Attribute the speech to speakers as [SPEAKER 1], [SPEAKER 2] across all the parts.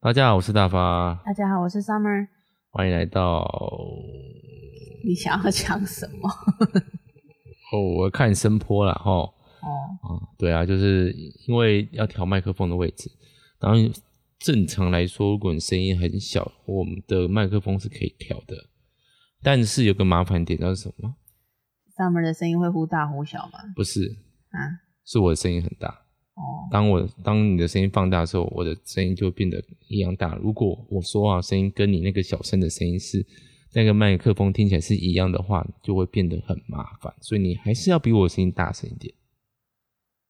[SPEAKER 1] 大家好，我是大发，
[SPEAKER 2] 大家好，我是 Summer。
[SPEAKER 1] 欢迎来到。
[SPEAKER 2] 你想要讲什么？
[SPEAKER 1] 哦，我看声波了哈。哦
[SPEAKER 2] 哦，
[SPEAKER 1] 嗯，对啊，就是因为要调麦克风的位置，然后正常来说，如果你声音很小，我们的麦克风是可以调的。但是有个麻烦点，你知道是什么吗？
[SPEAKER 2] Summer 的声音会忽大忽小吗？
[SPEAKER 1] 不是，
[SPEAKER 2] 啊，
[SPEAKER 1] 是我的声音很大。
[SPEAKER 2] 哦，
[SPEAKER 1] 当我当你的声音放大的时候，我的声音就变得一样大。如果我说话的声音跟你那个小声的声音是那个麦克风听起来是一样的话，就会变得很麻烦。所以你还是要比我声音大声一点。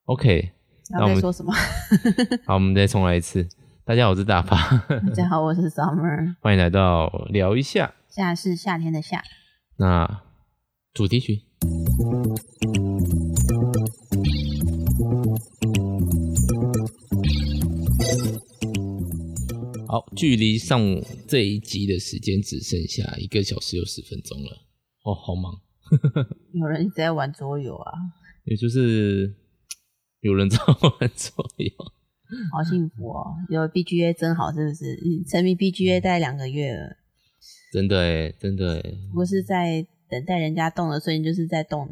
[SPEAKER 1] OK，那
[SPEAKER 2] 要
[SPEAKER 1] 我
[SPEAKER 2] 再
[SPEAKER 1] 们
[SPEAKER 2] 说什么？
[SPEAKER 1] 好，我们再重来一次。大家好，我是大发，
[SPEAKER 2] 大家好，我是 Summer。
[SPEAKER 1] 欢迎来到聊一下。
[SPEAKER 2] 夏是夏天的夏，
[SPEAKER 1] 那主题曲，好，距离上这一集的时间只剩下一个小时有十分钟了，哦，好忙，
[SPEAKER 2] 有人一直在玩桌游啊，
[SPEAKER 1] 也就是有人在玩桌游，
[SPEAKER 2] 好幸福哦！有 BGA 真好，是不是？你沉迷 BGA 待两个月了，
[SPEAKER 1] 真的哎，真的哎，
[SPEAKER 2] 不是在等待人家动的瞬间，就是在动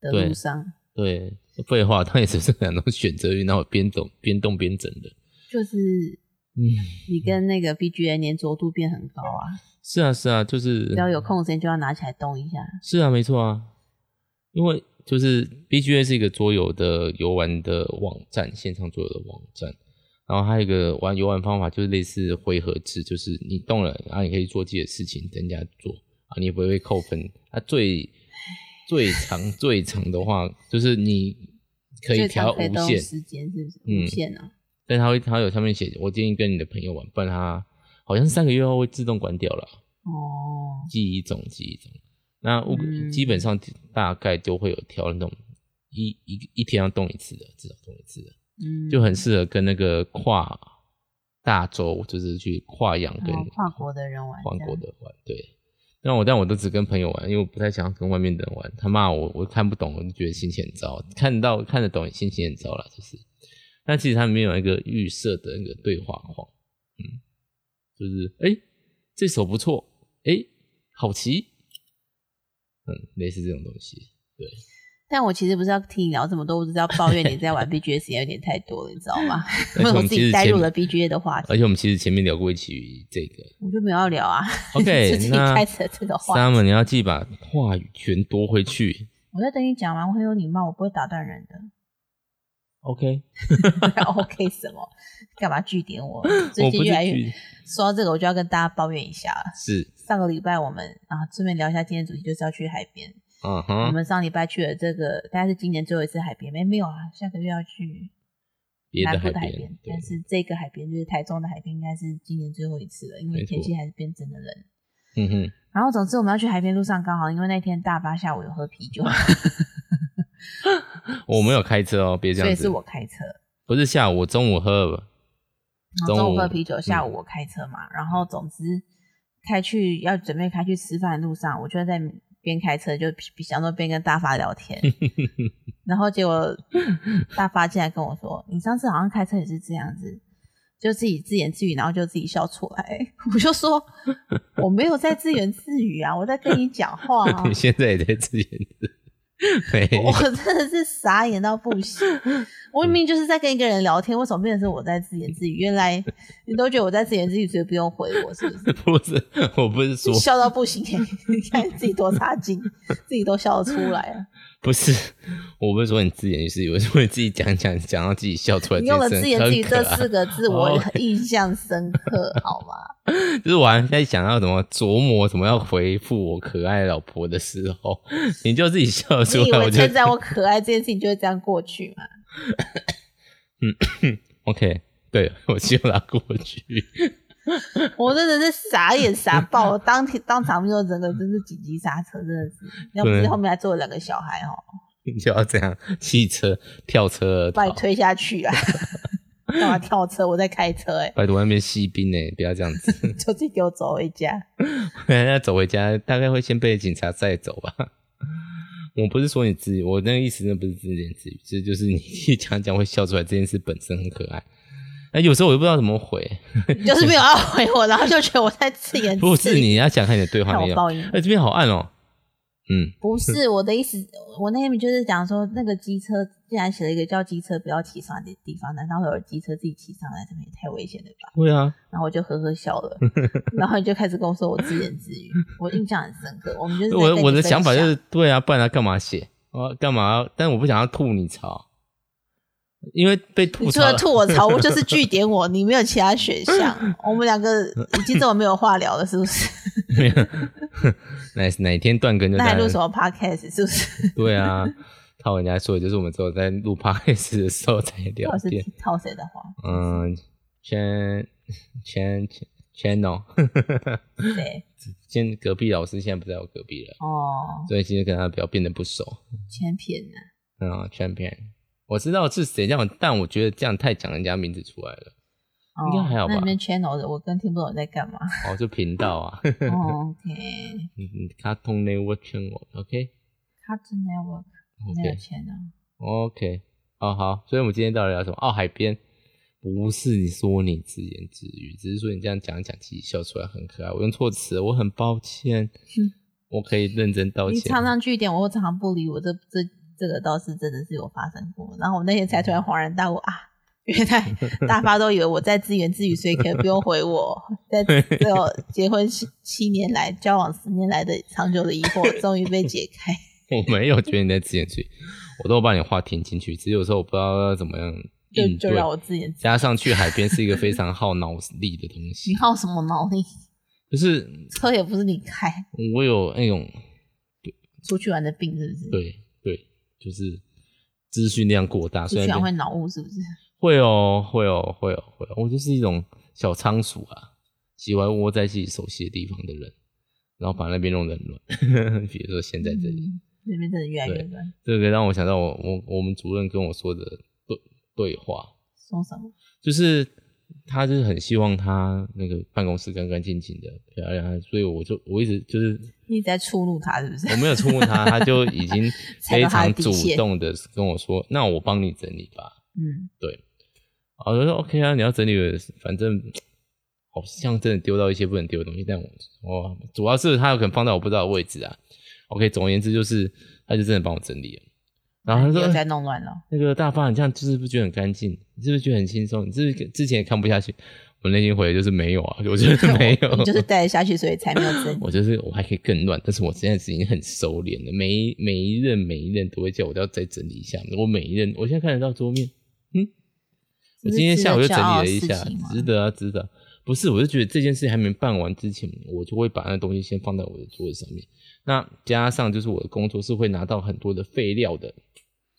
[SPEAKER 2] 的
[SPEAKER 1] 对
[SPEAKER 2] 路上，
[SPEAKER 1] 对，废话，当然只是很多选择欲，那我边动边动边整的，
[SPEAKER 2] 就是
[SPEAKER 1] 嗯，
[SPEAKER 2] 你跟那个 BGA 粘着度变很高啊，
[SPEAKER 1] 是啊是啊，就是
[SPEAKER 2] 只要有空的时间就要拿起来动一下。
[SPEAKER 1] 是啊，没错啊，因为就是 BGA 是一个桌游的游玩的网站，线上桌游的网站。然后还有一个玩游玩方法，就是类似回合制，就是你动了，然后你可以做自己的事情，人家做啊，你也不会被扣分。啊，最最长最长的话，就是你可以
[SPEAKER 2] 最长
[SPEAKER 1] 调无
[SPEAKER 2] 可以动
[SPEAKER 1] 限，
[SPEAKER 2] 时间是不是？
[SPEAKER 1] 嗯
[SPEAKER 2] 无限啊，
[SPEAKER 1] 但它会它有上面写，我建议跟你的朋友玩，不然它好像三个月后会自动关掉了。
[SPEAKER 2] 哦，
[SPEAKER 1] 记忆中，记忆中。那我
[SPEAKER 2] 嗯
[SPEAKER 1] 基本上大概都会有挑那种一一一天要动一次的，至少动一次的，
[SPEAKER 2] 嗯，
[SPEAKER 1] 就很适合跟那个跨大洲，就是去跨洋跟
[SPEAKER 2] 然后哦跨国的人玩，
[SPEAKER 1] 跨国的玩。对，但我但我都只跟朋友玩，因为我不太想要跟外面的人玩。他骂我，我看不懂，我就觉得心情很糟。看到看得懂，心情很糟啦，就是。那其实他们有一个预设的那个对话框，嗯，就是哎、诶这首不错，哎、好奇，嗯，类似这种东 西。？
[SPEAKER 2] 但我其实不是要听你聊这么多，我只是要抱怨你在玩 BGA 时间有点太多了，你知道吗
[SPEAKER 1] 而且我
[SPEAKER 2] 我
[SPEAKER 1] 们
[SPEAKER 2] 自
[SPEAKER 1] 其实
[SPEAKER 2] 己带
[SPEAKER 1] 前
[SPEAKER 2] 入
[SPEAKER 1] 面
[SPEAKER 2] 了 BGA 的话题，
[SPEAKER 1] 而且我们其实前面聊过一期这 个
[SPEAKER 2] 我就没有要聊啊。
[SPEAKER 1] ，OK，
[SPEAKER 2] 自己
[SPEAKER 1] 那
[SPEAKER 2] 开始了这个话题
[SPEAKER 1] Summer，你要记把话语权夺回去
[SPEAKER 2] 我在等你讲完，我很有礼貌，我不会打断人的。
[SPEAKER 1] ，OK。
[SPEAKER 2] OK 什么？干嘛据点我？最近
[SPEAKER 1] 我不是
[SPEAKER 2] 越来
[SPEAKER 1] 据
[SPEAKER 2] 越说到这个，我就要跟大家抱怨一下了。
[SPEAKER 1] 是，
[SPEAKER 2] 上个礼拜我们啊，顺便聊一下今天的主题，就是要去海边。
[SPEAKER 1] 嗯
[SPEAKER 2] 我
[SPEAKER 1] 哼，
[SPEAKER 2] 们上礼拜去了这个，大概是今年最后一次海边，没没有啊，下个月要去
[SPEAKER 1] 别
[SPEAKER 2] 南
[SPEAKER 1] 的
[SPEAKER 2] 部
[SPEAKER 1] 海
[SPEAKER 2] 的海
[SPEAKER 1] 边，对
[SPEAKER 2] 但是这个海边就是台中的海边，应该是今年最后一次了，因
[SPEAKER 1] 没
[SPEAKER 2] 为
[SPEAKER 1] 错
[SPEAKER 2] 天气还是变真的冷。
[SPEAKER 1] 嗯哼，
[SPEAKER 2] 然后总之我们要去海边路上，刚好因为那天大巴下午有喝啤酒，
[SPEAKER 1] 我没有开车哦， 别这
[SPEAKER 2] 所
[SPEAKER 1] 样
[SPEAKER 2] 以
[SPEAKER 1] 子。
[SPEAKER 2] 是我开车。
[SPEAKER 1] 不是下午，我中午喝了。
[SPEAKER 2] 然后中午喝 嗯啤酒，下午我开车嘛。然后总之开去要准备开去吃饭的路上，我就在边开车就想说边跟大发聊 天，然后结果大发竟然跟我说：“你上次好像开车也是这样子。”就自己自言自语，然后就自己笑出来。我就说我没有在自言自语啊，我在跟你讲话、啊
[SPEAKER 1] 嗯。你现在也在自言自语，没有
[SPEAKER 2] 我真的是傻眼到不行。我明明就是在跟一个人聊天，为什么变成是我在自言自语？原来你都觉得我在自言自语，所以不用回我，是不是？
[SPEAKER 1] 不是，我不是说
[SPEAKER 2] 笑到不行、欸 你看自己多差劲，自己都笑得出来了。
[SPEAKER 1] 不是，我不是说你自言自语，我是说你自己讲讲讲到自己笑出来。
[SPEAKER 2] 你用了“
[SPEAKER 1] 这
[SPEAKER 2] 自
[SPEAKER 1] 件
[SPEAKER 2] 言
[SPEAKER 1] 事很
[SPEAKER 2] 自语”这
[SPEAKER 1] 很可爱
[SPEAKER 2] 四个字，
[SPEAKER 1] 哦
[SPEAKER 2] 我印象深刻，好吗？
[SPEAKER 1] 就是我还在想要怎么琢磨怎么要回复我可爱老婆的时候， 你就自己笑出
[SPEAKER 2] 你以
[SPEAKER 1] 来，我
[SPEAKER 2] 为
[SPEAKER 1] 就
[SPEAKER 2] 称赞我可爱这件事情就会这样过去吗？
[SPEAKER 1] OK。对，我希望他过去。
[SPEAKER 2] 我真的是傻眼傻爆了，当天当场就整个真是紧急刹车，真的是，要不是
[SPEAKER 1] 对
[SPEAKER 2] 后面还坐了两个小孩哦，
[SPEAKER 1] 你 就要这样汽车跳车而逃
[SPEAKER 2] 把你，推下 去啊！干嘛跳车？我在开车哎、
[SPEAKER 1] 拜托外面吸冰呢，不要这样 子。
[SPEAKER 2] 就自己给我走回 家。
[SPEAKER 1] 那走回家大概会先被警察载走吧。 我不是说你自己， 我那个意思那不是自言自语，这就是你一讲讲会笑出来，这件事本身很可爱。哎，有时候我又不知道怎么回，
[SPEAKER 2] 就是没有要回我，然后就觉得我在自言自语。
[SPEAKER 1] 不是你要想看你的对话
[SPEAKER 2] 看
[SPEAKER 1] 内
[SPEAKER 2] 我
[SPEAKER 1] 容。
[SPEAKER 2] 报应。
[SPEAKER 1] 哎，这边好暗哦。嗯，
[SPEAKER 2] 不是我的意思，我那天就是讲说，那个机车竟然写了一个叫机车不要骑上来的地方，难道会有机车自己骑上来？这边也太危险了吧？
[SPEAKER 1] 会啊，
[SPEAKER 2] 然后我就呵呵笑 了，然后你就开始跟我说我自言自语，我印象很深刻。我们就是在
[SPEAKER 1] 我
[SPEAKER 2] 跟你
[SPEAKER 1] 我的想法就
[SPEAKER 2] 分
[SPEAKER 1] 是，对啊，不然他干嘛写？我干嘛要？但我不想要吐你槽，因为被
[SPEAKER 2] 享，
[SPEAKER 1] 吐
[SPEAKER 2] 你除
[SPEAKER 1] 槽
[SPEAKER 2] 了吐我槽，我就是据点我，你没有其他选 项。我们两个已经这么没有话聊了，是不是？
[SPEAKER 1] 没有 哪哪天断更就
[SPEAKER 2] 那还
[SPEAKER 1] 大
[SPEAKER 2] 录
[SPEAKER 1] 家
[SPEAKER 2] 什么 podcast？是不是？
[SPEAKER 1] 对啊，套人家说的就是我们只有在录 podcast 的时候才聊
[SPEAKER 2] 我是
[SPEAKER 1] 天。
[SPEAKER 2] 套谁的话？
[SPEAKER 1] 啊嗯，chan chan channel，
[SPEAKER 2] 对，
[SPEAKER 1] 现在哦隔壁老师现在不在我隔壁了，
[SPEAKER 2] 哦，
[SPEAKER 1] 所以其实跟他比较变得不熟。
[SPEAKER 2] 千啊篇呢？
[SPEAKER 1] 嗯，champion，我知道是谁这样，但我觉得这样太讲人家名字出来了。
[SPEAKER 2] 哦
[SPEAKER 1] 应该还好吧
[SPEAKER 2] 那你们 channel 的我更听不懂你在 干嘛。
[SPEAKER 1] 哦，就频道啊，
[SPEAKER 2] 哦 OK，
[SPEAKER 1] 嗯嗯，Cartoon Network Channel，OK
[SPEAKER 2] 他真的要我没有
[SPEAKER 1] OK
[SPEAKER 2] 钱啊。
[SPEAKER 1] OK，哦好，所以我们今天到底聊什么？哦，海边。不是你说你自言自语，只是说你这样讲一讲，自己笑出来很可爱。我用错词了，我很抱歉，我可以认真道
[SPEAKER 2] 你
[SPEAKER 1] 歉。
[SPEAKER 2] 常常据点我，我常常不理我，这这这个倒是真的是有发生过。然后我那天才突然
[SPEAKER 1] 嗯
[SPEAKER 2] 恍然大悟啊，原 来大发都以为我在自言自语，所以可能不用回我。在 这种结婚七七年来、交往十年来的长久的疑 惑，终于被解开。
[SPEAKER 1] 我没有觉得你在自言自语，我都把你话听进去，只是有时候我不知道要怎么样
[SPEAKER 2] 就
[SPEAKER 1] 应
[SPEAKER 2] 就
[SPEAKER 1] 嗯对。
[SPEAKER 2] 让我自言自语。
[SPEAKER 1] 加上去海边是一个非常耗脑力的东西
[SPEAKER 2] 你，耗什么脑力？
[SPEAKER 1] 就是
[SPEAKER 2] 车也不是你开，
[SPEAKER 1] 我有那种
[SPEAKER 2] 出去玩的病是不是？
[SPEAKER 1] 对啊对，就是资讯量过大，
[SPEAKER 2] 出
[SPEAKER 1] 虽
[SPEAKER 2] 去玩
[SPEAKER 1] 然
[SPEAKER 2] 会脑雾是不是？
[SPEAKER 1] 会哦会哦会哦会哦，我就是一种小仓鼠啊，喜欢窝在自己熟悉的地方的人，然后把那边弄得很乱。 比如说现在这里，
[SPEAKER 2] 嗯那边真的越来越乱，
[SPEAKER 1] 这个让我想到我我我们主任跟我说的对对话，
[SPEAKER 2] 送什么？
[SPEAKER 1] 就是他就是很希望他那个办公室干干净净的、漂亮的，所以我就我一直就是
[SPEAKER 2] 你一直在触怒他是不是？
[SPEAKER 1] 我没有触摸他，他就已经
[SPEAKER 2] 踩
[SPEAKER 1] 非
[SPEAKER 2] 到他
[SPEAKER 1] 常
[SPEAKER 2] 的
[SPEAKER 1] 主
[SPEAKER 2] 底线
[SPEAKER 1] 动的跟我说：“那我帮你整理吧。
[SPEAKER 2] 嗯，”
[SPEAKER 1] 我就说：“OK 啊，你要整理了，反正好像真的丢到一些不能丢的东西，但我我主要是他有可能放在我不知道的位置啊。OK，总而言之就是，他就真的帮我整理了。然后他
[SPEAKER 2] 你又
[SPEAKER 1] 说：“
[SPEAKER 2] 在弄乱了。
[SPEAKER 1] 那个大发，你这样是不是觉得很干净？你是不是觉得很轻松？你是不是之前也看不下去？我内心回的就是没有啊，我 觉得没有，
[SPEAKER 2] 你就是带得下去，所以才没有争
[SPEAKER 1] 我就是我还可以更乱，但是我现在已经很收敛了。每一每一任每一任都会叫我都要再整理一下，我每一任我现在看得到桌面，嗯我今天下午又整理了一下，值得啊，值得啊。不是，我就觉得这件事还没办完之前，我就会把那东西先放在我的桌子上面。那加上就是我的工作是会拿到很多的废料的，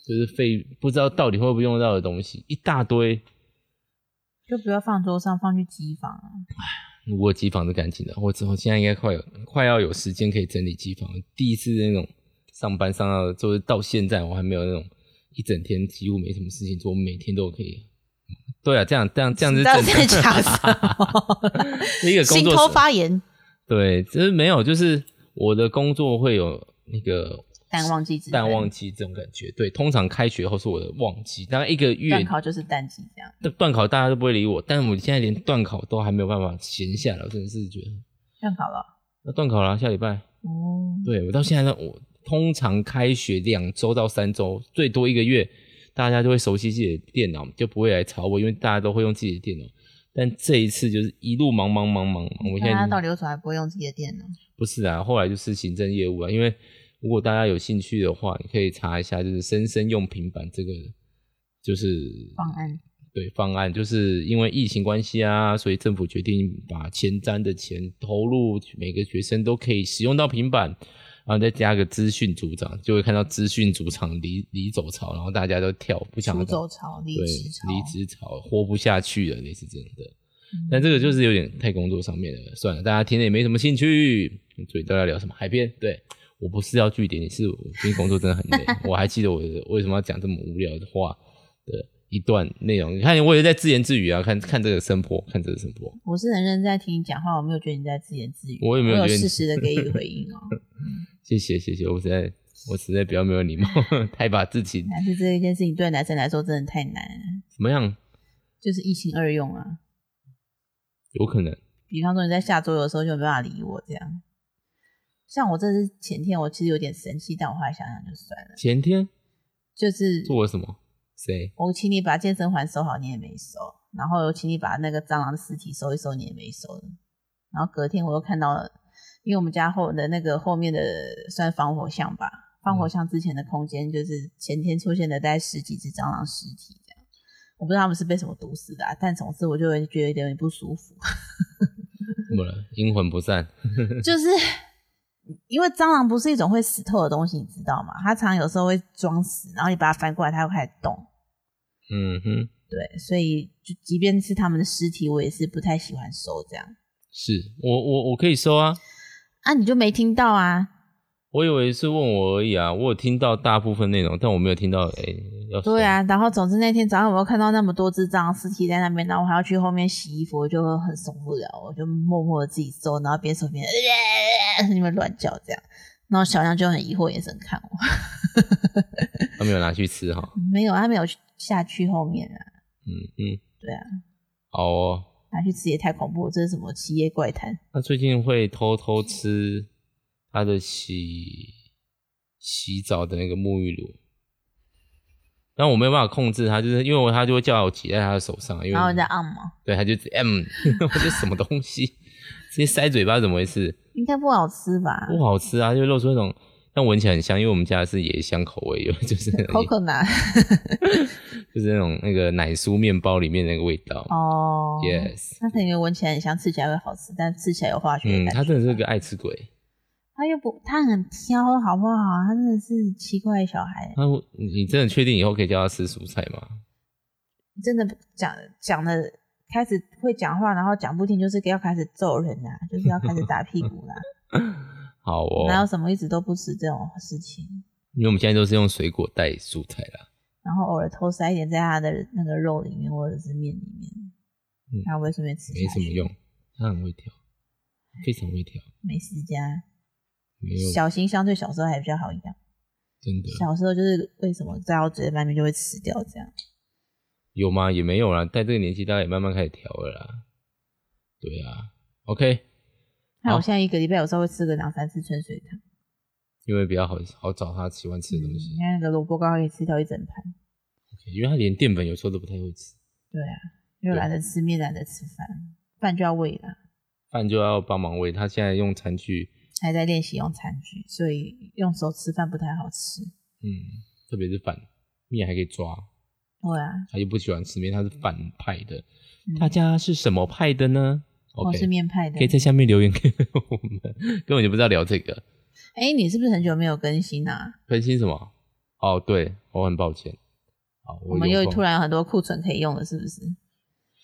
[SPEAKER 1] 就是废不知道到底会不会用到的东西，一大堆。
[SPEAKER 2] 就不要放桌上，放去机房啊。
[SPEAKER 1] 如果机房是干净的，我之后现在应该快有快要有时间可以整理机房。第一次那种上班上到就是到现在，我还没有那种一整天几乎没什么事情做，我每天都可以。对啊，这样这样这样
[SPEAKER 2] 你
[SPEAKER 1] 是
[SPEAKER 2] 知道
[SPEAKER 1] 正
[SPEAKER 2] 在 讲
[SPEAKER 1] 常。
[SPEAKER 2] 什么？
[SPEAKER 1] 是一个工
[SPEAKER 2] 心
[SPEAKER 1] 作
[SPEAKER 2] 头
[SPEAKER 1] 室
[SPEAKER 2] 发炎，
[SPEAKER 1] 对，就是没有，就是我的工作会有那个
[SPEAKER 2] 淡旺季之
[SPEAKER 1] 淡
[SPEAKER 2] 分
[SPEAKER 1] 旺季这种感觉。对，通常开学后是我的旺季，大概一个月
[SPEAKER 2] 断考就是淡季这样。
[SPEAKER 1] 断考大家都不会理我，但我现在连断考都还没有办法闲下来，我真的是觉得
[SPEAKER 2] 断考了
[SPEAKER 1] 那断考了，下礼拜。
[SPEAKER 2] 哦，
[SPEAKER 1] 对我到现在呢，我通常开学两周到三周，最多一个月，大家就会熟悉自己的电脑，就不会来吵我，因为大家都会用自己的电脑。但这一次就是一路忙忙忙忙忙，我现在已
[SPEAKER 2] 大家
[SPEAKER 1] 经
[SPEAKER 2] 啊到底为什么还不会用自己的电脑？
[SPEAKER 1] 不是啊，后来就是行政业务啊。因为如果大家有兴趣的话，你可以查一下，就是生生用平板这个就是
[SPEAKER 2] 方案
[SPEAKER 1] 对方案，就是因为疫情关系啊，所以政府决定把前瞻的钱投入每个学生都可以使用到平板，然后再加个资讯组长，就会看到资讯组长离离走潮，然后大家都跳不想要
[SPEAKER 2] 出
[SPEAKER 1] 当
[SPEAKER 2] 走潮、离
[SPEAKER 1] 对
[SPEAKER 2] 职潮，
[SPEAKER 1] 离职潮，活不下去了，类似这样的。
[SPEAKER 2] 嗯
[SPEAKER 1] 但这个就是有点太工作上面了，算了，大家听了也没什么兴趣，所以大家聊什么海边？对我不是要据点，你是我最近工作真的很累，我还记得我为什么要讲这么无聊的话的一段内容。你看，我也在自言自语啊，看看这个声波，看这个声波，
[SPEAKER 2] 我是很认真在听你讲话，我没有觉得你在自言自语，
[SPEAKER 1] 我也没有
[SPEAKER 2] 有
[SPEAKER 1] 觉得你
[SPEAKER 2] 适时的给予 回应哦。
[SPEAKER 1] 谢谢谢谢，我实在我实在比较没有 礼貌，太把自己
[SPEAKER 2] 但是这一件事情对男生来说真的太难了，
[SPEAKER 1] 怎么样？
[SPEAKER 2] 就是一心二用啊。
[SPEAKER 1] 有可能。
[SPEAKER 2] 比方说你在下桌游的时候就没办法理我这样。像我这次前天我其实有点生气，但我后来想想就算了。
[SPEAKER 1] 前天
[SPEAKER 2] 就是
[SPEAKER 1] 做了什么？谁？
[SPEAKER 2] 我请你把健身环收好，你也没收；然后我请你把那个蟑螂的尸体收一收，你也没收。然后隔天我又看到了，因为我们家后的那个后面的算防火巷吧，防火巷之前的空间就是前天出现的大概十几只蟑螂尸体这样。我不知道他们是被什么毒死的、啊，但总之我就会觉得有点不舒服。
[SPEAKER 1] 怎么了？阴魂不散？
[SPEAKER 2] 就是因为蟑螂不是一种会死透的东西，你知道吗？它常有时候会装死，然后你把它翻过来，它又开始动。
[SPEAKER 1] 嗯哼，
[SPEAKER 2] 对，所以就即便是他们的尸体，我也是不太喜欢收这样。
[SPEAKER 1] 是我我我可以收啊，
[SPEAKER 2] 啊，你就没听到啊？
[SPEAKER 1] 我以为是问我而已啊，我有听到大部分内容，但我没有听到哎、要
[SPEAKER 2] 对啊，然后总之那天早上我又看到那么多只蟑螂尸体在那边，然后我还要去后面洗衣服，我就很受不了，我就默默的自己收，然后边收边呃你们乱叫这样，然后小亮就很疑惑眼神看我，
[SPEAKER 1] 他没有拿去吃哈。
[SPEAKER 2] 没有，他没有去下去后面啊，
[SPEAKER 1] 嗯嗯，
[SPEAKER 2] 对啊，
[SPEAKER 1] 好哦。
[SPEAKER 2] 拿去吃也太恐怖了，这是什么企业怪谈？
[SPEAKER 1] 他最近会偷偷吃他的洗洗澡的那个沐浴乳，但我没有办法控制他，就是因为我他就会叫我挤在他的手上，因
[SPEAKER 2] 然后
[SPEAKER 1] 为
[SPEAKER 2] 你在按吗？
[SPEAKER 1] 对他就直接嗯， 我这什么东西，直接塞嘴巴，怎么回事？
[SPEAKER 2] 应该不好吃吧？
[SPEAKER 1] 不好吃啊，就露出那种，但闻起来很香，因为我们家是椰香口味，有就是那种
[SPEAKER 2] Coconut
[SPEAKER 1] 就是那种那个奶酥面包里面那个味道。
[SPEAKER 2] 哦
[SPEAKER 1] Yes，
[SPEAKER 2] 它可能闻起来很香，吃起来会好吃，但吃起来有化学
[SPEAKER 1] 嗯，
[SPEAKER 2] 感。
[SPEAKER 1] 他真的是个爱吃鬼，
[SPEAKER 2] 他又不，他很挑，好不好？他真的是奇怪的小孩，
[SPEAKER 1] 他你你真的确定以后可以叫他吃蔬菜吗？
[SPEAKER 2] 真的讲讲的开始会讲话，然后讲不听，就是要开始揍人啦、就是要开始打屁股啦、
[SPEAKER 1] 好
[SPEAKER 2] 哪 有
[SPEAKER 1] 哦，
[SPEAKER 2] 什么一直都不吃这种事情？
[SPEAKER 1] 因为我们现在都是用水果代蔬菜啦。
[SPEAKER 2] 然后偶尔偷塞一点在他的那个肉里面或者是面里面
[SPEAKER 1] 嗯，
[SPEAKER 2] 他会顺便吃
[SPEAKER 1] 没
[SPEAKER 2] 下
[SPEAKER 1] 什么
[SPEAKER 2] 去。
[SPEAKER 1] 用，他很会挑，非常会挑，
[SPEAKER 2] 美食家，
[SPEAKER 1] 没有
[SPEAKER 2] 小型相对小时候还比较好养。
[SPEAKER 1] 真的
[SPEAKER 2] 小时候就是为什么在我嘴巴里面就会吃掉这样？
[SPEAKER 1] 有吗？也没有啦，在这个年纪，大家也慢慢开始调了啦。对啊，OK，
[SPEAKER 2] 那我
[SPEAKER 1] 好
[SPEAKER 2] 现在一个礼拜有时候会吃个两三次春水汤，
[SPEAKER 1] 因为比较好好找他喜欢吃的东西
[SPEAKER 2] 你，看那个萝卜糕可以吃掉一整盘。
[SPEAKER 1] 因为他连淀粉有时候都不太会吃，
[SPEAKER 2] 对啊，又
[SPEAKER 1] 对
[SPEAKER 2] 懒得吃面，懒得吃饭，饭就要喂啦。
[SPEAKER 1] 饭就要帮忙喂。他现在用餐具，
[SPEAKER 2] 还在练习用餐具，所以用手吃饭不太好吃。
[SPEAKER 1] 嗯，特别是饭面还可以抓，
[SPEAKER 2] 对啊，
[SPEAKER 1] 他又不喜欢吃面，他是反派的。
[SPEAKER 2] 嗯
[SPEAKER 1] 大家是什么派的呢
[SPEAKER 2] 我
[SPEAKER 1] ？OK，
[SPEAKER 2] 哦是面派的
[SPEAKER 1] 可以。在下面留言给我们， 根本就不知道聊这个。
[SPEAKER 2] 哎，你是不是很久没有更新啊？
[SPEAKER 1] 更新什么？哦，对，我很抱歉。好，
[SPEAKER 2] 我
[SPEAKER 1] 我
[SPEAKER 2] 们又
[SPEAKER 1] 有空
[SPEAKER 2] 突然有很多库存可以用了，是不是？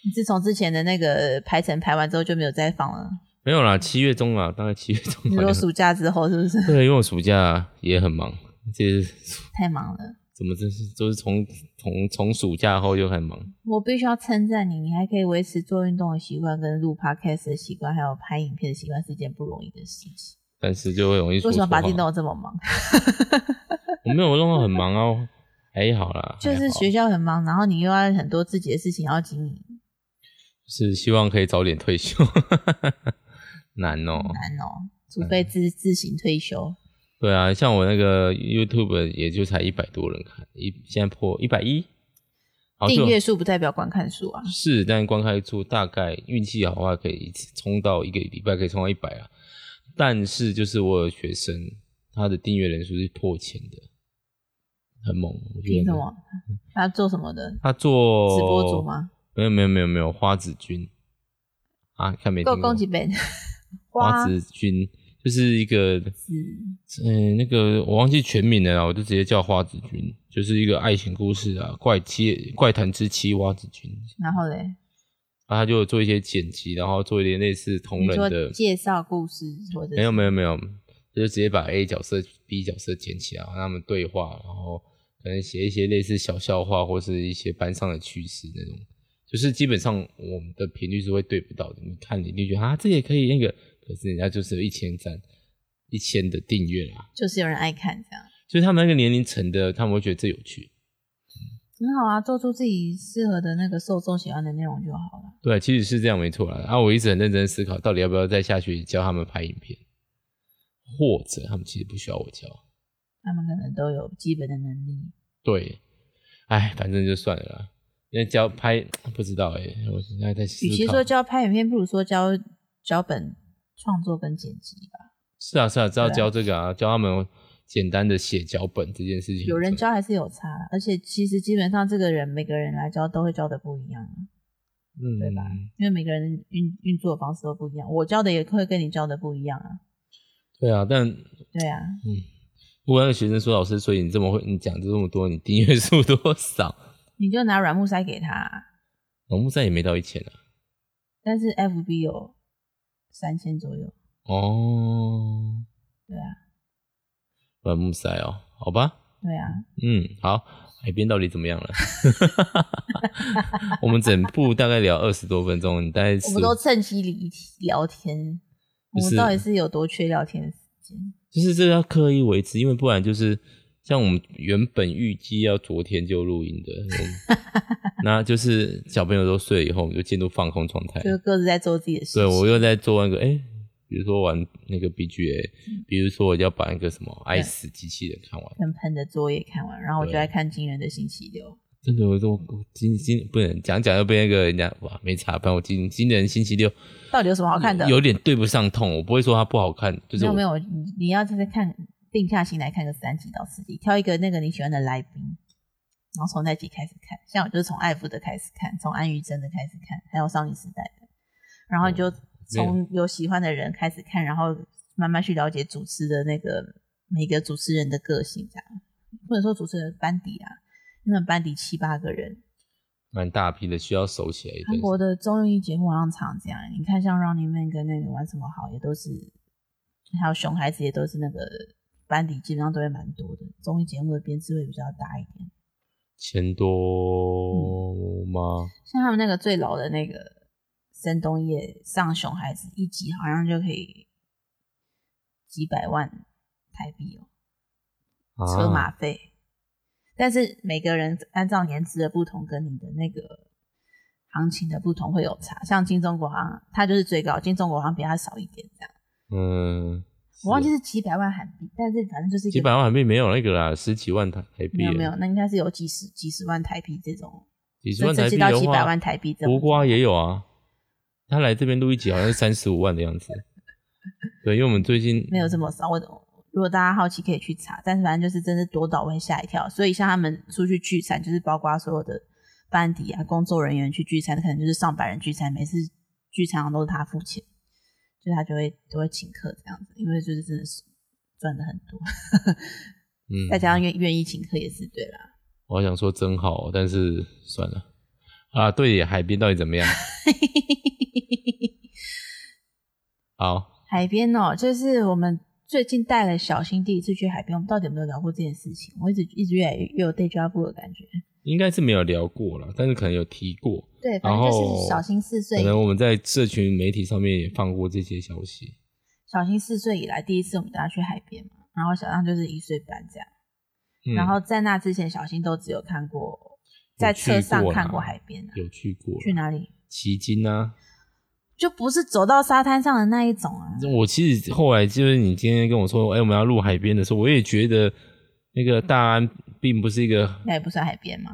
[SPEAKER 2] 你自从之前的那个排程排完之后就没有再放 了。
[SPEAKER 1] 没有啦，七月中啊，大概七月中
[SPEAKER 2] 你
[SPEAKER 1] 好像。
[SPEAKER 2] 说暑假之后是不是
[SPEAKER 1] 对，因为我暑假也很忙，这是
[SPEAKER 2] 太忙了？
[SPEAKER 1] 怎么真是就是从从从暑假后就很忙。
[SPEAKER 2] 我必须要称赞你，你还可以维持做运动的习惯、跟录 podcast 的习惯，还有拍影片的习惯，是一件不容易的事情。
[SPEAKER 1] 但是就会容易说
[SPEAKER 2] 为什么把自己
[SPEAKER 1] 错话
[SPEAKER 2] 弄得这 么忙？
[SPEAKER 1] 我没有弄到很忙哦，还好啦，
[SPEAKER 2] 就是学
[SPEAKER 1] 校
[SPEAKER 2] 校很忙，然后你又要很多自己的事情要经营，
[SPEAKER 1] 是希望可以早点退休，难哦。
[SPEAKER 2] 难哦。除非自自行退休，
[SPEAKER 1] 对啊，像我那个 YouTube 也就才一百多人看，一现在破一百一，好就
[SPEAKER 2] 订阅数不代表观看数啊。
[SPEAKER 1] 是，但观看数大概运气好的话，可以一次冲到一个礼拜可以冲到一百啊。但是就是我有学生，他的订阅人数是破千的，很猛。我觉得
[SPEAKER 2] 凭什么？
[SPEAKER 1] 嗯
[SPEAKER 2] 他做什么的？
[SPEAKER 1] 他做
[SPEAKER 2] 直播主？吗？
[SPEAKER 1] 没有没有没有没有，花子君啊，看没
[SPEAKER 2] 够
[SPEAKER 1] 听过
[SPEAKER 2] 攻击 本
[SPEAKER 1] 花
[SPEAKER 2] 子
[SPEAKER 1] 子君就是一个嗯，那个我忘记全名了啦，我就直接叫花子君，就是一个爱情故事啊，怪妻怪谈之妻花子君，
[SPEAKER 2] 然后嘞，
[SPEAKER 1] 然后他就有做一些剪辑，然后做一点类似同
[SPEAKER 2] 你
[SPEAKER 1] 人
[SPEAKER 2] 说
[SPEAKER 1] 的，
[SPEAKER 2] 介绍故事或者
[SPEAKER 1] 没有没有没有，就是直接把 A 角色、B 角色剪起来，让他们对话，然后可能写一些类似小笑话或是一些班上的趣事那种，就是基本上我们的频率是会对不到的。你看你一定觉得啊，这也可以那个，可是人家就是有一千赞、一千的订阅啦，啊
[SPEAKER 2] 就是有人爱看这样。
[SPEAKER 1] 就是他们那个年龄层的，他们会觉得这有趣。
[SPEAKER 2] 很好啊，做出自己适合的那个受众喜欢的内容就好了。
[SPEAKER 1] 对，其实是这样没错啦。啊，我一直很认真思考，到底要不要再下去教他们拍影片，或者他们其实不需要我教。
[SPEAKER 2] 他们可能都有基本的能力。
[SPEAKER 1] 对，哎，反正就算了啦。因为教拍不知道哎、欸，我现在在思
[SPEAKER 2] 与其
[SPEAKER 1] 考
[SPEAKER 2] 说教拍影片，不如说教脚本创作跟剪辑吧。
[SPEAKER 1] 是啊是啊，知道
[SPEAKER 2] 对啊
[SPEAKER 1] 教这个啊，教他们简单的写脚本这件事情。
[SPEAKER 2] 有人教还是有差啦，而且其实基本上这个人每个人来教都会教的不一样啊，
[SPEAKER 1] 嗯，
[SPEAKER 2] 对吧？因为每个人运运作方式都不一样，我教的也会跟你教的不一样啊。
[SPEAKER 1] 对啊，但
[SPEAKER 2] 对啊，
[SPEAKER 1] 我有学生说，老师，所以你这么会，你讲这么多，你订阅数多少？
[SPEAKER 2] 你就拿软木塞给他啊、
[SPEAKER 1] 我木山也没到一千啊。
[SPEAKER 2] 但是 FB 有三千左右，
[SPEAKER 1] 哦，
[SPEAKER 2] 对啊，
[SPEAKER 1] 软木塞哦，好吧，
[SPEAKER 2] 对啊，
[SPEAKER 1] 嗯，好，海边到底怎么样 了？我们整部大概聊二十多分钟，你大概
[SPEAKER 2] 我
[SPEAKER 1] 15
[SPEAKER 2] 们都趁机聊聊天，我
[SPEAKER 1] 就是
[SPEAKER 2] 们到底是有多缺聊天的时间？
[SPEAKER 1] 就是这个要刻意维持，因为不然就是像我们原本预计要昨天就录音 的，我们那就是小朋友都睡了以后，我们就进入放空状态。
[SPEAKER 2] 就是各自在做自己的事情。
[SPEAKER 1] 对我又在做那个哎、诶比如说玩那个 BGA，比
[SPEAKER 2] 嗯
[SPEAKER 1] 如说我要把那个什么《爱死机器人》看完。
[SPEAKER 2] 跟喷的作业看完，然后我就在看惊人的星期六。
[SPEAKER 1] 真的，我都我今今不能讲讲，又被那个人家哇没查班。我今今年星期六
[SPEAKER 2] 到底有什么好看的？
[SPEAKER 1] 有点对不上痛，我不会说它不好看，就是
[SPEAKER 2] 没有
[SPEAKER 1] 我
[SPEAKER 2] 没有，你你要就是看定下心来看个三集到四集，挑一个那个你喜欢的来宾，然后从那集开始看。像我就是从艾福的开始看，从安于真的开始看，还有少女时代的，然后你
[SPEAKER 1] 哦
[SPEAKER 2] 就从有喜欢的人开始看，然后慢慢去了解主持的那个每个主持人的个性，这样或者说主持人班底啊，那种班底七八个人，
[SPEAKER 1] 蛮大批的，需要熟起来一段
[SPEAKER 2] 韩
[SPEAKER 1] 时
[SPEAKER 2] 国
[SPEAKER 1] 间。
[SPEAKER 2] 的综艺节目好像常这样，你看像《Running Man》跟那个玩什么好也都是，还有熊孩子也都是那个班底，基本上都会蛮多的。综艺节目的编制会比较大一点，
[SPEAKER 1] 钱多吗？
[SPEAKER 2] 像他们那个最老的那个申东烨上熊孩子一集好像就可以几百万台币哦，
[SPEAKER 1] 啊
[SPEAKER 2] 车马费。但是每个人按照年资的不同，跟你的那个行情的不同会有差。像金钟国好像他就是最高，金钟国好像比他少一点这样。
[SPEAKER 1] 嗯，
[SPEAKER 2] 我忘记
[SPEAKER 1] 是
[SPEAKER 2] 是几百万韩币，但是反正就是一个
[SPEAKER 1] 几百万韩币没有那个啦，十几万台台币，
[SPEAKER 2] 没有没有，，那应该是有几十几十万台币这种，
[SPEAKER 1] 几十万台币
[SPEAKER 2] 甚至到
[SPEAKER 1] 的
[SPEAKER 2] 几百
[SPEAKER 1] 话，
[SPEAKER 2] 万台币这种。
[SPEAKER 1] 胡瓜也有啊，他来这边录一集好像是三十五万的样 子。对，因为我们最近
[SPEAKER 2] 没有这么少。我如果大家好奇可以去查，但是反正就是真是多到我会吓一跳。所以像他们出去聚餐，就是包括所有的班底啊、工作人员去聚餐，可能就是上百人聚餐，每次聚餐好像都是他付钱，所以他就会都会请客这样子，因为就是真的是赚的很多，
[SPEAKER 1] 嗯，
[SPEAKER 2] 再加上愿愿意请客也是对啦。
[SPEAKER 1] 我还想说真好，但是算了啊。对耶，海边到底怎么 样？好，
[SPEAKER 2] 海边哦，就是我们最近带了小新第一次去海边，我们到底有没有聊过这件事情？我一直一直越来越越有 day job 的感觉。
[SPEAKER 1] 应该是没有聊过了，但是可能有提过，
[SPEAKER 2] 对，反
[SPEAKER 1] 然
[SPEAKER 2] 正
[SPEAKER 1] 后
[SPEAKER 2] 就是小新四岁
[SPEAKER 1] 可，能我们在社群媒体上面也放过这些消息。
[SPEAKER 2] 小新四岁以来第一次我们带他去海边嘛，然后小张就是一岁半这样，
[SPEAKER 1] 嗯、
[SPEAKER 2] 然后在那之前，小新都只有看过在车上看过海边啊，
[SPEAKER 1] 有去过，
[SPEAKER 2] 去哪里
[SPEAKER 1] 奇经啊。
[SPEAKER 2] 就不是走到沙滩上的那一种啊。
[SPEAKER 1] 我其实后来就是你今天跟我说，哎、我们要录海边的时候，我也觉得那个大安并不是一个。
[SPEAKER 2] 那也不算海边嘛。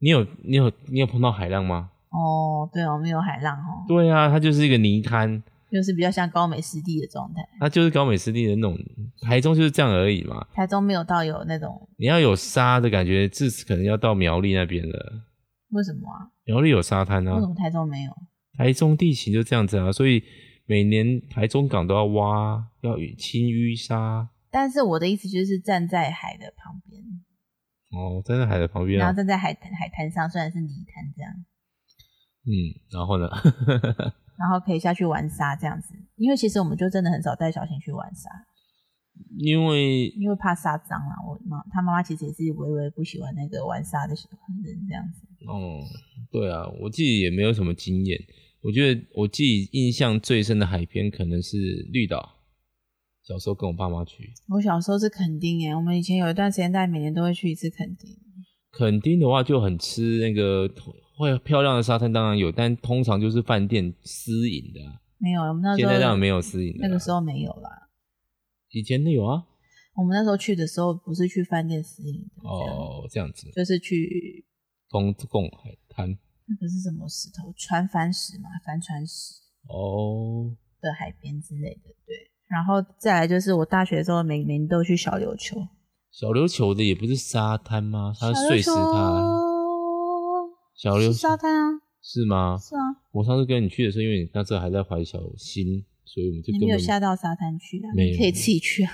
[SPEAKER 1] 你有你有你有碰到海浪吗？
[SPEAKER 2] 哦，对哦，没有海浪哦，
[SPEAKER 1] 对啊，它就是一个泥滩，
[SPEAKER 2] 就是比较像高美湿地的状态。
[SPEAKER 1] 它就是高美湿地的那种。台中就是这样而已嘛。
[SPEAKER 2] 台中没有到有那种
[SPEAKER 1] 你要有沙的感觉，至此可能要到苗栗那边了。
[SPEAKER 2] 为什么啊？
[SPEAKER 1] 苗栗有沙滩
[SPEAKER 2] 为什
[SPEAKER 1] 啊，
[SPEAKER 2] 么台中没有？
[SPEAKER 1] 台中地形就这样子啊，所以每年台中港都要挖，要清淤沙。
[SPEAKER 2] 但是我的意思就是站在海的旁边，
[SPEAKER 1] 哦，站在海的旁边
[SPEAKER 2] 然
[SPEAKER 1] 啊
[SPEAKER 2] 后，站在海滩海滩上，虽然是泥滩这样，
[SPEAKER 1] 嗯，然后呢？
[SPEAKER 2] 然后可以下去玩沙这样子。因为其实我们就真的很少带小新去玩沙，
[SPEAKER 1] 因为
[SPEAKER 2] 因为怕沙脏啦。我妈她妈妈其实也是微微不喜欢那个玩沙的人这样子。
[SPEAKER 1] 哦，对啊，我自己也没有什么经验。我觉得我自己印象最深的海边可能是绿岛，小时候跟我爸妈去。
[SPEAKER 2] 欸我小时候是垦丁耶，我们以前有一段时间大概每年都会去一次垦丁，
[SPEAKER 1] 垦丁的话就很吃那个会漂亮的沙滩，当然有，但通常就是饭店私营的、啊。
[SPEAKER 2] 没有，我们那时
[SPEAKER 1] 现
[SPEAKER 2] 候
[SPEAKER 1] 在当然没有私营的、
[SPEAKER 2] 那个时
[SPEAKER 1] 候
[SPEAKER 2] 候没有啦。
[SPEAKER 1] 以前的有啊。
[SPEAKER 2] 我们那时候去的时候不是去饭店私营的，这样
[SPEAKER 1] 哦，这样子，
[SPEAKER 2] 就是去
[SPEAKER 1] 公共海滩
[SPEAKER 2] 那个是什么石头？船帆石嘛，帆船石
[SPEAKER 1] 哦，
[SPEAKER 2] 的海边之类的。对，然后再来就是我大学的时候每年都去小琉球，
[SPEAKER 1] 小琉球的也不是沙滩吗？它是碎石滩。
[SPEAKER 2] 滩，
[SPEAKER 1] 小琉
[SPEAKER 2] 是沙滩啊，
[SPEAKER 1] 是吗？
[SPEAKER 2] 是啊，
[SPEAKER 1] 我上次跟你去的时候，因为你那时候还在怀小新，所以我们就
[SPEAKER 2] 你
[SPEAKER 1] 根
[SPEAKER 2] 没
[SPEAKER 1] 本
[SPEAKER 2] 有下到沙滩去啊，
[SPEAKER 1] 没有
[SPEAKER 2] 你可以自己去啊。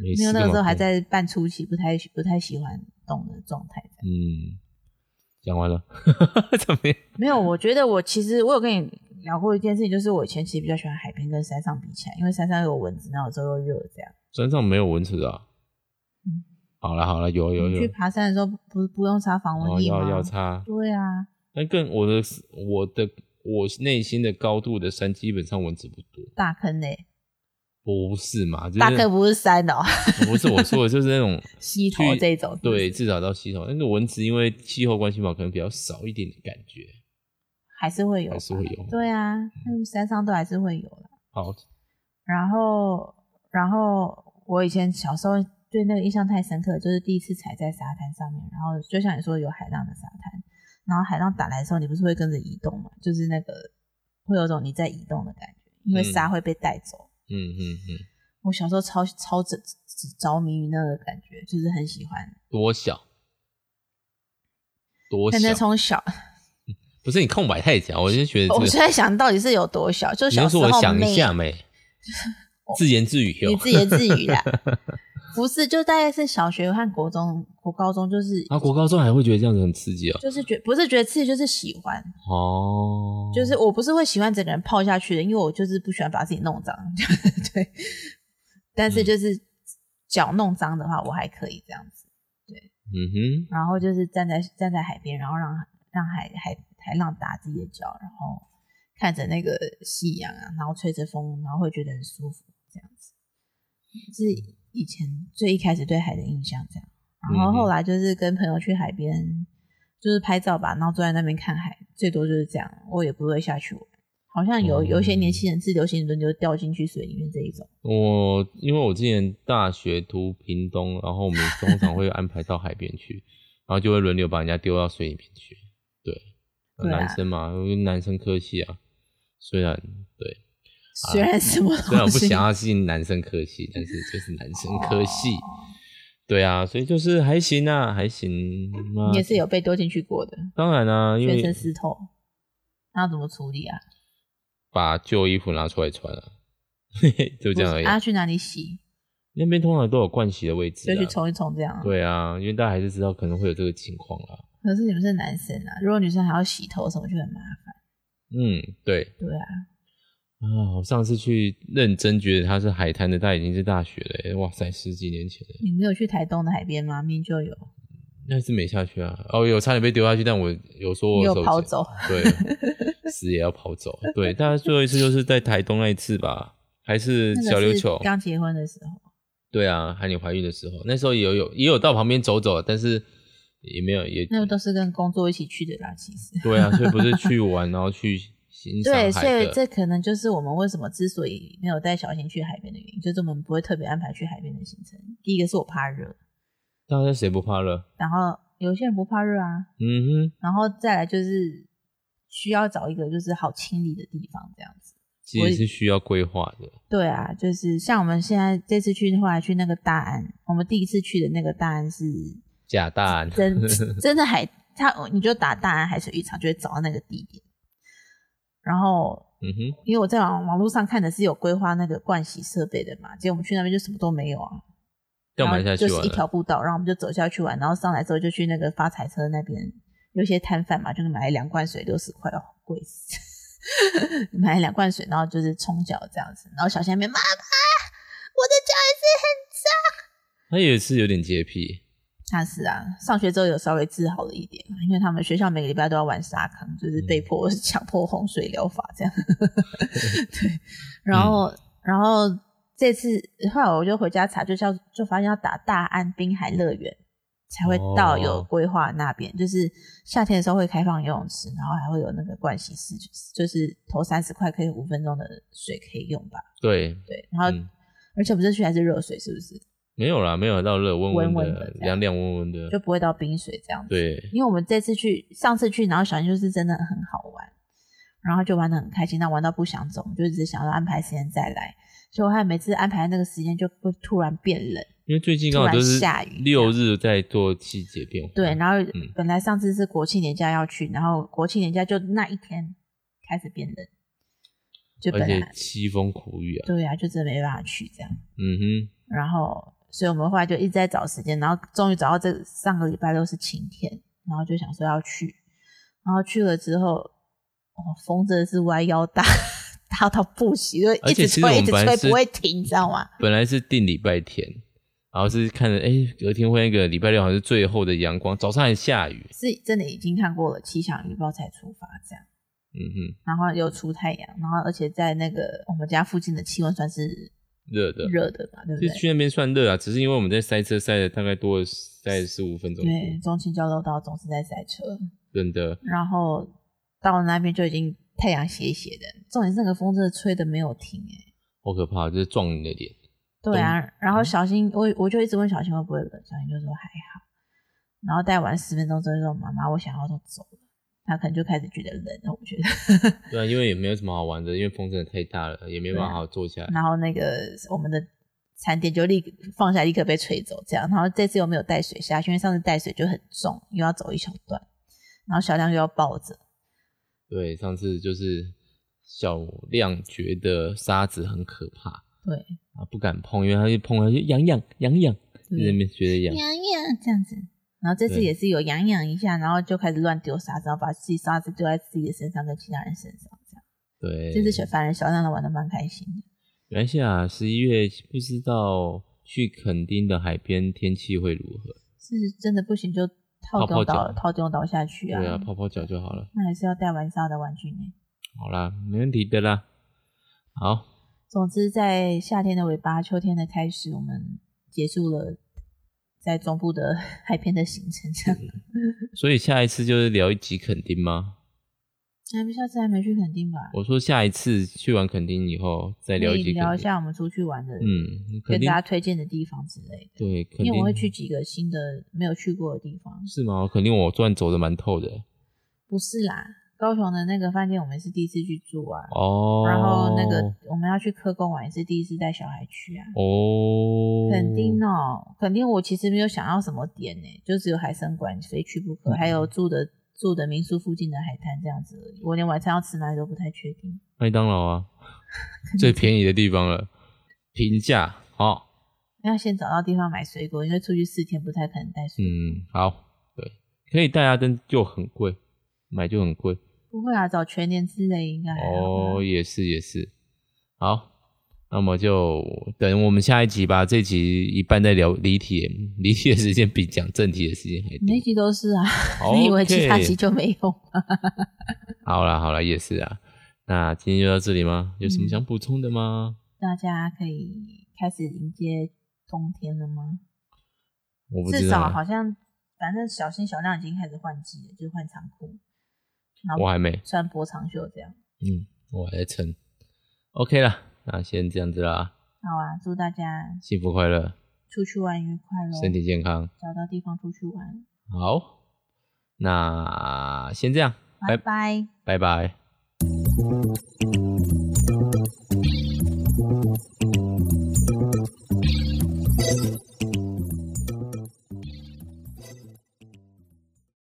[SPEAKER 1] 没
[SPEAKER 2] 没
[SPEAKER 1] 事
[SPEAKER 2] 有，那个
[SPEAKER 1] 干
[SPEAKER 2] 时
[SPEAKER 1] 嘛
[SPEAKER 2] 候还
[SPEAKER 1] 看
[SPEAKER 2] 在半初期，不太不太喜欢动的状态。
[SPEAKER 1] 嗯，讲完了，怎么样？
[SPEAKER 2] 没有，我觉得我其实我有跟你聊过一件事情，就是我以前其实比较喜欢海边跟山上比起来，因为山上有蚊子，然后有时候又热，这样。
[SPEAKER 1] 山上没有蚊子啊。
[SPEAKER 2] 嗯
[SPEAKER 1] 好了好了，有啊有有
[SPEAKER 2] 去，爬山的时候不不用擦防
[SPEAKER 1] 然
[SPEAKER 2] 蚊
[SPEAKER 1] 后
[SPEAKER 2] 液吗？
[SPEAKER 1] 要要擦。
[SPEAKER 2] 对啊，
[SPEAKER 1] 但更我的我的我内心的高度的山，基本上蚊子不多，
[SPEAKER 2] 大坑嘞、
[SPEAKER 1] 不是嘛？就是
[SPEAKER 2] 大坑不是山哦、
[SPEAKER 1] 不是我说的，就是那 种
[SPEAKER 2] 溪头
[SPEAKER 1] 去
[SPEAKER 2] 这种是不
[SPEAKER 1] 对，
[SPEAKER 2] 是
[SPEAKER 1] 至少到溪头，那个蚊子因为气候关系嘛，可能比较少一点的感觉，
[SPEAKER 2] 还是会有吧，
[SPEAKER 1] 还是会有。
[SPEAKER 2] 对啊，那个山上都还是会有啦。
[SPEAKER 1] 好，
[SPEAKER 2] 然后，然后我以前小时候对那个印象太深刻，就是第一次踩在沙滩上面，然后就像你说有海浪的沙滩，然后海浪打来的时候，你不是会跟着移动嘛？就是那个会有种你在移动的感觉，因为沙会被带走。
[SPEAKER 1] 嗯嗯嗯，
[SPEAKER 2] 我小时候超超着着迷于那个感觉，就是很喜欢。
[SPEAKER 1] 多小，多
[SPEAKER 2] 但是
[SPEAKER 1] 小，
[SPEAKER 2] 从小，
[SPEAKER 1] 不是你空白太小，我就觉得这
[SPEAKER 2] 我
[SPEAKER 1] 个
[SPEAKER 2] 现在想到底是有多小，就
[SPEAKER 1] 你
[SPEAKER 2] 小
[SPEAKER 1] 要
[SPEAKER 2] 时
[SPEAKER 1] 说
[SPEAKER 2] 候
[SPEAKER 1] 我想
[SPEAKER 2] 没
[SPEAKER 1] 一下 没，自言自语
[SPEAKER 2] 你
[SPEAKER 1] 哟。
[SPEAKER 2] 自言自语 啦。不是，就大概是小学和国中、国高中，就是
[SPEAKER 1] 啊，国高中还会觉得这样子很刺激哦。
[SPEAKER 2] 就是觉不是觉得刺激，就是喜欢，
[SPEAKER 1] 哦，
[SPEAKER 2] 就是我不是会喜欢整个人泡下去的，因为我就是不喜欢把自己弄脏， 对。但是就是脚弄脏的话，我还可以这样子。
[SPEAKER 1] 嗯
[SPEAKER 2] 然后就是站在站在海边，然后让让海海海浪打自己的脚，然后看着那个夕阳啊，然后吹着风，然后会觉得很舒服，这样子。是以前最一开始对海的印象这样，然
[SPEAKER 1] 嗯
[SPEAKER 2] 后后来就是跟朋友去海边，就是拍照吧，然后坐在那边看海，最多就是这样，我也不会下去玩。好像有有
[SPEAKER 1] 嗯
[SPEAKER 2] 一些年轻人是流行轮流掉进去水里面这一种，
[SPEAKER 1] 哼，我因为我之前大学读屏东，然后我们通常会安排到海边去，然后就会轮流把人家丢到水里面去。对，呃
[SPEAKER 2] 对啊
[SPEAKER 1] 男生嘛，因为男生科系啊，虽 然对，
[SPEAKER 2] 虽然什么
[SPEAKER 1] 啊虽然
[SPEAKER 2] 东
[SPEAKER 1] 我不
[SPEAKER 2] 西
[SPEAKER 1] 想要进男生科系，但是就是男生
[SPEAKER 2] 哦
[SPEAKER 1] 科系。对啊，所以就是还行啊，还行啊。
[SPEAKER 2] 你哦也是有被丢进去过的，
[SPEAKER 1] 当然啊，因
[SPEAKER 2] 全
[SPEAKER 1] 为
[SPEAKER 2] 身湿透，那要怎么处理啊？
[SPEAKER 1] 把旧衣服拿出来穿啊，就这样而已。
[SPEAKER 2] 啊，去哪里洗？
[SPEAKER 1] 那边通常都有盥洗的位置、
[SPEAKER 2] 就
[SPEAKER 1] 啊，
[SPEAKER 2] 去冲一冲这样啊。
[SPEAKER 1] 对啊，因为大家还是知道可能会有这个情况啊。
[SPEAKER 2] 可是你们是男生啊，如果女生还要洗头什么就很麻烦。
[SPEAKER 1] 嗯，对
[SPEAKER 2] 对啊，
[SPEAKER 1] 啊，我上次去认真觉得它是海滩的，它已经是大学了、欸，哇塞，十几年前了，
[SPEAKER 2] 你们有去台东的海边吗？明明就有，
[SPEAKER 1] 那是没下去啊。哦，有差点被丢下去，但我有说我
[SPEAKER 2] 你有
[SPEAKER 1] 手机
[SPEAKER 2] 跑走，
[SPEAKER 1] 对， 死也要跑 走。对，大家最后一次就是在台东那一次吧，还是
[SPEAKER 2] 那个
[SPEAKER 1] 小琉
[SPEAKER 2] 是
[SPEAKER 1] 球？
[SPEAKER 2] 刚结婚的时候，
[SPEAKER 1] 对啊，还有你怀孕的时候，那时候也有有也有到旁边走走，但是也没有也
[SPEAKER 2] 那个都是跟工作一起去的啦，其实。
[SPEAKER 1] 对啊，所以不是去玩，然后去欣赏
[SPEAKER 2] 对，
[SPEAKER 1] 海
[SPEAKER 2] 所以
[SPEAKER 1] 的
[SPEAKER 2] 这可能就是我们为什么之所以没有带小新去海边的原因，就是我们不会特别安排去海边的行程。第一个是我怕热，
[SPEAKER 1] 大家谁不怕热？
[SPEAKER 2] 然后有些人不怕热啊，
[SPEAKER 1] 嗯哼，
[SPEAKER 2] 然后再来就是需要找一个就是好清理的地方这样子。
[SPEAKER 1] 其实是需要规划的。
[SPEAKER 2] 对啊，就是像我们现在这次去，后来去那个大安，我们第一次去的那个大安是
[SPEAKER 1] 假大安，
[SPEAKER 2] 真真的海，它你就打大安海水浴场，就会找到那个地点。然后，
[SPEAKER 1] 嗯哼，
[SPEAKER 2] 因为我在网网络上看的是有规划那个盥洗设备的嘛，结果我们去那边就什么都没有啊，
[SPEAKER 1] 干嘛
[SPEAKER 2] 然
[SPEAKER 1] 下
[SPEAKER 2] 后
[SPEAKER 1] 去
[SPEAKER 2] 就是
[SPEAKER 1] 玩啊
[SPEAKER 2] 一条
[SPEAKER 1] 了？
[SPEAKER 2] 步道，然后我们就走下去玩，然后上来之后就去那个发财车那边，有一些摊贩嘛，就是买两罐水六十块哦，贵 死，买两罐水，然后就是冲脚这样子，然后小仙妹妈妈，我的脚也是
[SPEAKER 1] 他也是有点洁癖，
[SPEAKER 2] 很脏。那是啊，上学之后有稍微治好了一点，啊因为他们学校每个礼拜都要玩沙坑，就是
[SPEAKER 1] 嗯
[SPEAKER 2] 被迫 强迫洪水疗法 这样。对，然后、
[SPEAKER 1] 嗯
[SPEAKER 2] 然后这次后来我就回家查，就叫就发现要打大安滨海乐园，才会到
[SPEAKER 1] 哦
[SPEAKER 2] 有规划那边，就是夏天的时候会开放游泳池，然后还会有那个盥洗室，就是就是投三十块可以五分钟的水可以用吧？
[SPEAKER 1] 对，
[SPEAKER 2] 对，然后、
[SPEAKER 1] 嗯
[SPEAKER 2] 而且我们这区还是热水，是不是？
[SPEAKER 1] 没有啦，没有到热温
[SPEAKER 2] 温
[SPEAKER 1] 温
[SPEAKER 2] 温
[SPEAKER 1] 的
[SPEAKER 2] 的，这样
[SPEAKER 1] 凉凉温温的
[SPEAKER 2] 就，不会到冰水这样子。
[SPEAKER 1] 对，
[SPEAKER 2] 因为我们这次去，上次去，然后小英就是真的很好玩，然后就玩的很开心，那玩到不想走，我们就一直想要安排时间再来。所以我看每次安排那个时间就会突然变冷，
[SPEAKER 1] 因为最近刚好都是
[SPEAKER 2] 突然下雨啊
[SPEAKER 1] 六日在做季节变化，
[SPEAKER 2] 对。然后
[SPEAKER 1] 嗯
[SPEAKER 2] 本来上次是国庆年假要去，然后国庆年假就那一天开始变冷，就本
[SPEAKER 1] 而且
[SPEAKER 2] 来
[SPEAKER 1] 凄风苦雨啊，
[SPEAKER 2] 对啊，就真的没办法去这样。
[SPEAKER 1] 嗯
[SPEAKER 2] 然后，所以我们后来就一直在找时间，然后终于找到这上个礼拜六是晴天，然后就想说要去，然后去了之后，哦，风真的是歪腰大，大到不行，就
[SPEAKER 1] 而
[SPEAKER 2] 一
[SPEAKER 1] 且
[SPEAKER 2] 直
[SPEAKER 1] 其实我
[SPEAKER 2] 吹，
[SPEAKER 1] 们
[SPEAKER 2] 一直
[SPEAKER 1] 本来
[SPEAKER 2] 吹，
[SPEAKER 1] 是
[SPEAKER 2] 不会停，你知道吗？
[SPEAKER 1] 哼，本来是定礼拜天，然后是看着哎隔天会那个礼拜六好像是最后的阳光，早上还下雨，
[SPEAKER 2] 是真的已经看过了气象预报才出发这样，
[SPEAKER 1] 嗯哼，
[SPEAKER 2] 然后又出太阳，然后而且在那个我们家附近的气温算是
[SPEAKER 1] 热的，
[SPEAKER 2] 热的嘛，对不
[SPEAKER 1] 其实
[SPEAKER 2] 对？
[SPEAKER 1] 去那边算热啊，只是因为我们在塞车塞了大概多了塞十五分钟，
[SPEAKER 2] 对，中青交流道总是在塞车。
[SPEAKER 1] 真的，
[SPEAKER 2] 然后到了那边就已经太阳斜斜的，重点是那个风真的吹的没有停哎、
[SPEAKER 1] 好可怕，就是撞你的脸，
[SPEAKER 2] 对啊，然后小新我我就一直问小新会不会冷，小新就说还好，然后待完十分钟之后就说妈妈我想要都走了，他可能就开始觉得冷，我觉得，
[SPEAKER 1] 对啊，因为也没有什么好玩的，因为风真的太大了，也没办法好好坐下来。
[SPEAKER 2] 然后啊那个我们的。餐点就立刻放下，立刻被吹走，这样。然后这次又没有带水下去，因为上次带水就很重，又要走一小段，然后小亮又要抱着，
[SPEAKER 1] 对，上次就是小亮觉得沙子很可怕
[SPEAKER 2] 对，
[SPEAKER 1] 啊，不敢碰，因为他一碰他就痒痒痒痒，在
[SPEAKER 2] 对啊
[SPEAKER 1] 那边觉得痒。
[SPEAKER 2] 痒痒这样子。然后这次
[SPEAKER 1] 对
[SPEAKER 2] 也是有痒痒一下，然后就开始乱丢沙子，然后把自己沙子丢在自己的身上跟其他人身上，这样。
[SPEAKER 1] 对，
[SPEAKER 2] 这次小凡人小亮的玩的蛮开心的，
[SPEAKER 1] 原先啊，十一月不知道去垦丁的海边天气会如何。
[SPEAKER 2] 是真的不行就套
[SPEAKER 1] 泡泡
[SPEAKER 2] 丢倒
[SPEAKER 1] 脚
[SPEAKER 2] 套丢倒下去啊。
[SPEAKER 1] 对啊，泡泡脚就好了。
[SPEAKER 2] 那还是要带玩沙的玩具呢。
[SPEAKER 1] 好啦，没问题的啦。好，
[SPEAKER 2] 总之，在夏天的尾巴、秋天的开始，我们结束了在中部的 海边的行程。这
[SPEAKER 1] 嗯
[SPEAKER 2] 样，
[SPEAKER 1] 所以下一次就是聊一集垦丁吗？
[SPEAKER 2] 那、们下 次还没去垦丁吧？
[SPEAKER 1] 我说下一次去完垦丁以后再聊
[SPEAKER 2] 可
[SPEAKER 1] 一
[SPEAKER 2] 以
[SPEAKER 1] 集垦
[SPEAKER 2] 聊一
[SPEAKER 1] 丁。
[SPEAKER 2] 下我们出去玩的，，
[SPEAKER 1] 嗯，垦
[SPEAKER 2] 跟
[SPEAKER 1] 丁
[SPEAKER 2] 大家推荐的地方之类的。
[SPEAKER 1] 对，垦
[SPEAKER 2] 因为
[SPEAKER 1] 丁
[SPEAKER 2] 我会去几个新的没有去过的地方。
[SPEAKER 1] 是吗？肯定我算走的蛮透的
[SPEAKER 2] 不是啦，高雄的那个饭店我们是第一次去住啊，
[SPEAKER 1] 哦。
[SPEAKER 2] 然后那个我们要去科工玩也是第一次带小孩去啊。
[SPEAKER 1] 哦，
[SPEAKER 2] 垦丁哦，垦丁我其实没有想要什么点呢、就只有海参馆非去不可，
[SPEAKER 1] 嗯
[SPEAKER 2] 还有住的住的民宿附近的海滩这样子而已。我连晚餐要吃哪里都不太确定。
[SPEAKER 1] 麦当劳啊，最便宜的地方了，平价哦。
[SPEAKER 2] 要先找到地方买水果，因为出去四天不太可能带水果。
[SPEAKER 1] 嗯，好，对，可以带啊，但就很贵，买就很贵。
[SPEAKER 2] 不会啊，找全年之类应该还好吧
[SPEAKER 1] 哦，也是也是，好，那么就等我们下一集吧。这集一半在聊离题，离题的时间比讲正题的时间还
[SPEAKER 2] 每
[SPEAKER 1] 多。
[SPEAKER 2] 一集都是啊， 你以为其他
[SPEAKER 1] OK
[SPEAKER 2] 集就没有？
[SPEAKER 1] 好啦好啦，也是啊。那今天就到这里吗？有什么
[SPEAKER 2] 嗯
[SPEAKER 1] 想补充的吗？
[SPEAKER 2] 大家可以开始迎接冬天了吗？
[SPEAKER 1] 我不
[SPEAKER 2] 至
[SPEAKER 1] 知道
[SPEAKER 2] 少
[SPEAKER 1] 啊，
[SPEAKER 2] 好像，反正小新小亮已经开始换季了，就是换长裤，然
[SPEAKER 1] 我
[SPEAKER 2] 后
[SPEAKER 1] 还没，
[SPEAKER 2] 穿波长袖这样。
[SPEAKER 1] 嗯，我还在撑。OK 啦，那先这样子啦，
[SPEAKER 2] 好啊，祝大家
[SPEAKER 1] 幸福快乐，
[SPEAKER 2] 出去玩愉快喽！
[SPEAKER 1] 身体健康。
[SPEAKER 2] 找到地方出去玩，
[SPEAKER 1] 好，那先这样，拜
[SPEAKER 2] 拜拜。
[SPEAKER 1] 拜拜。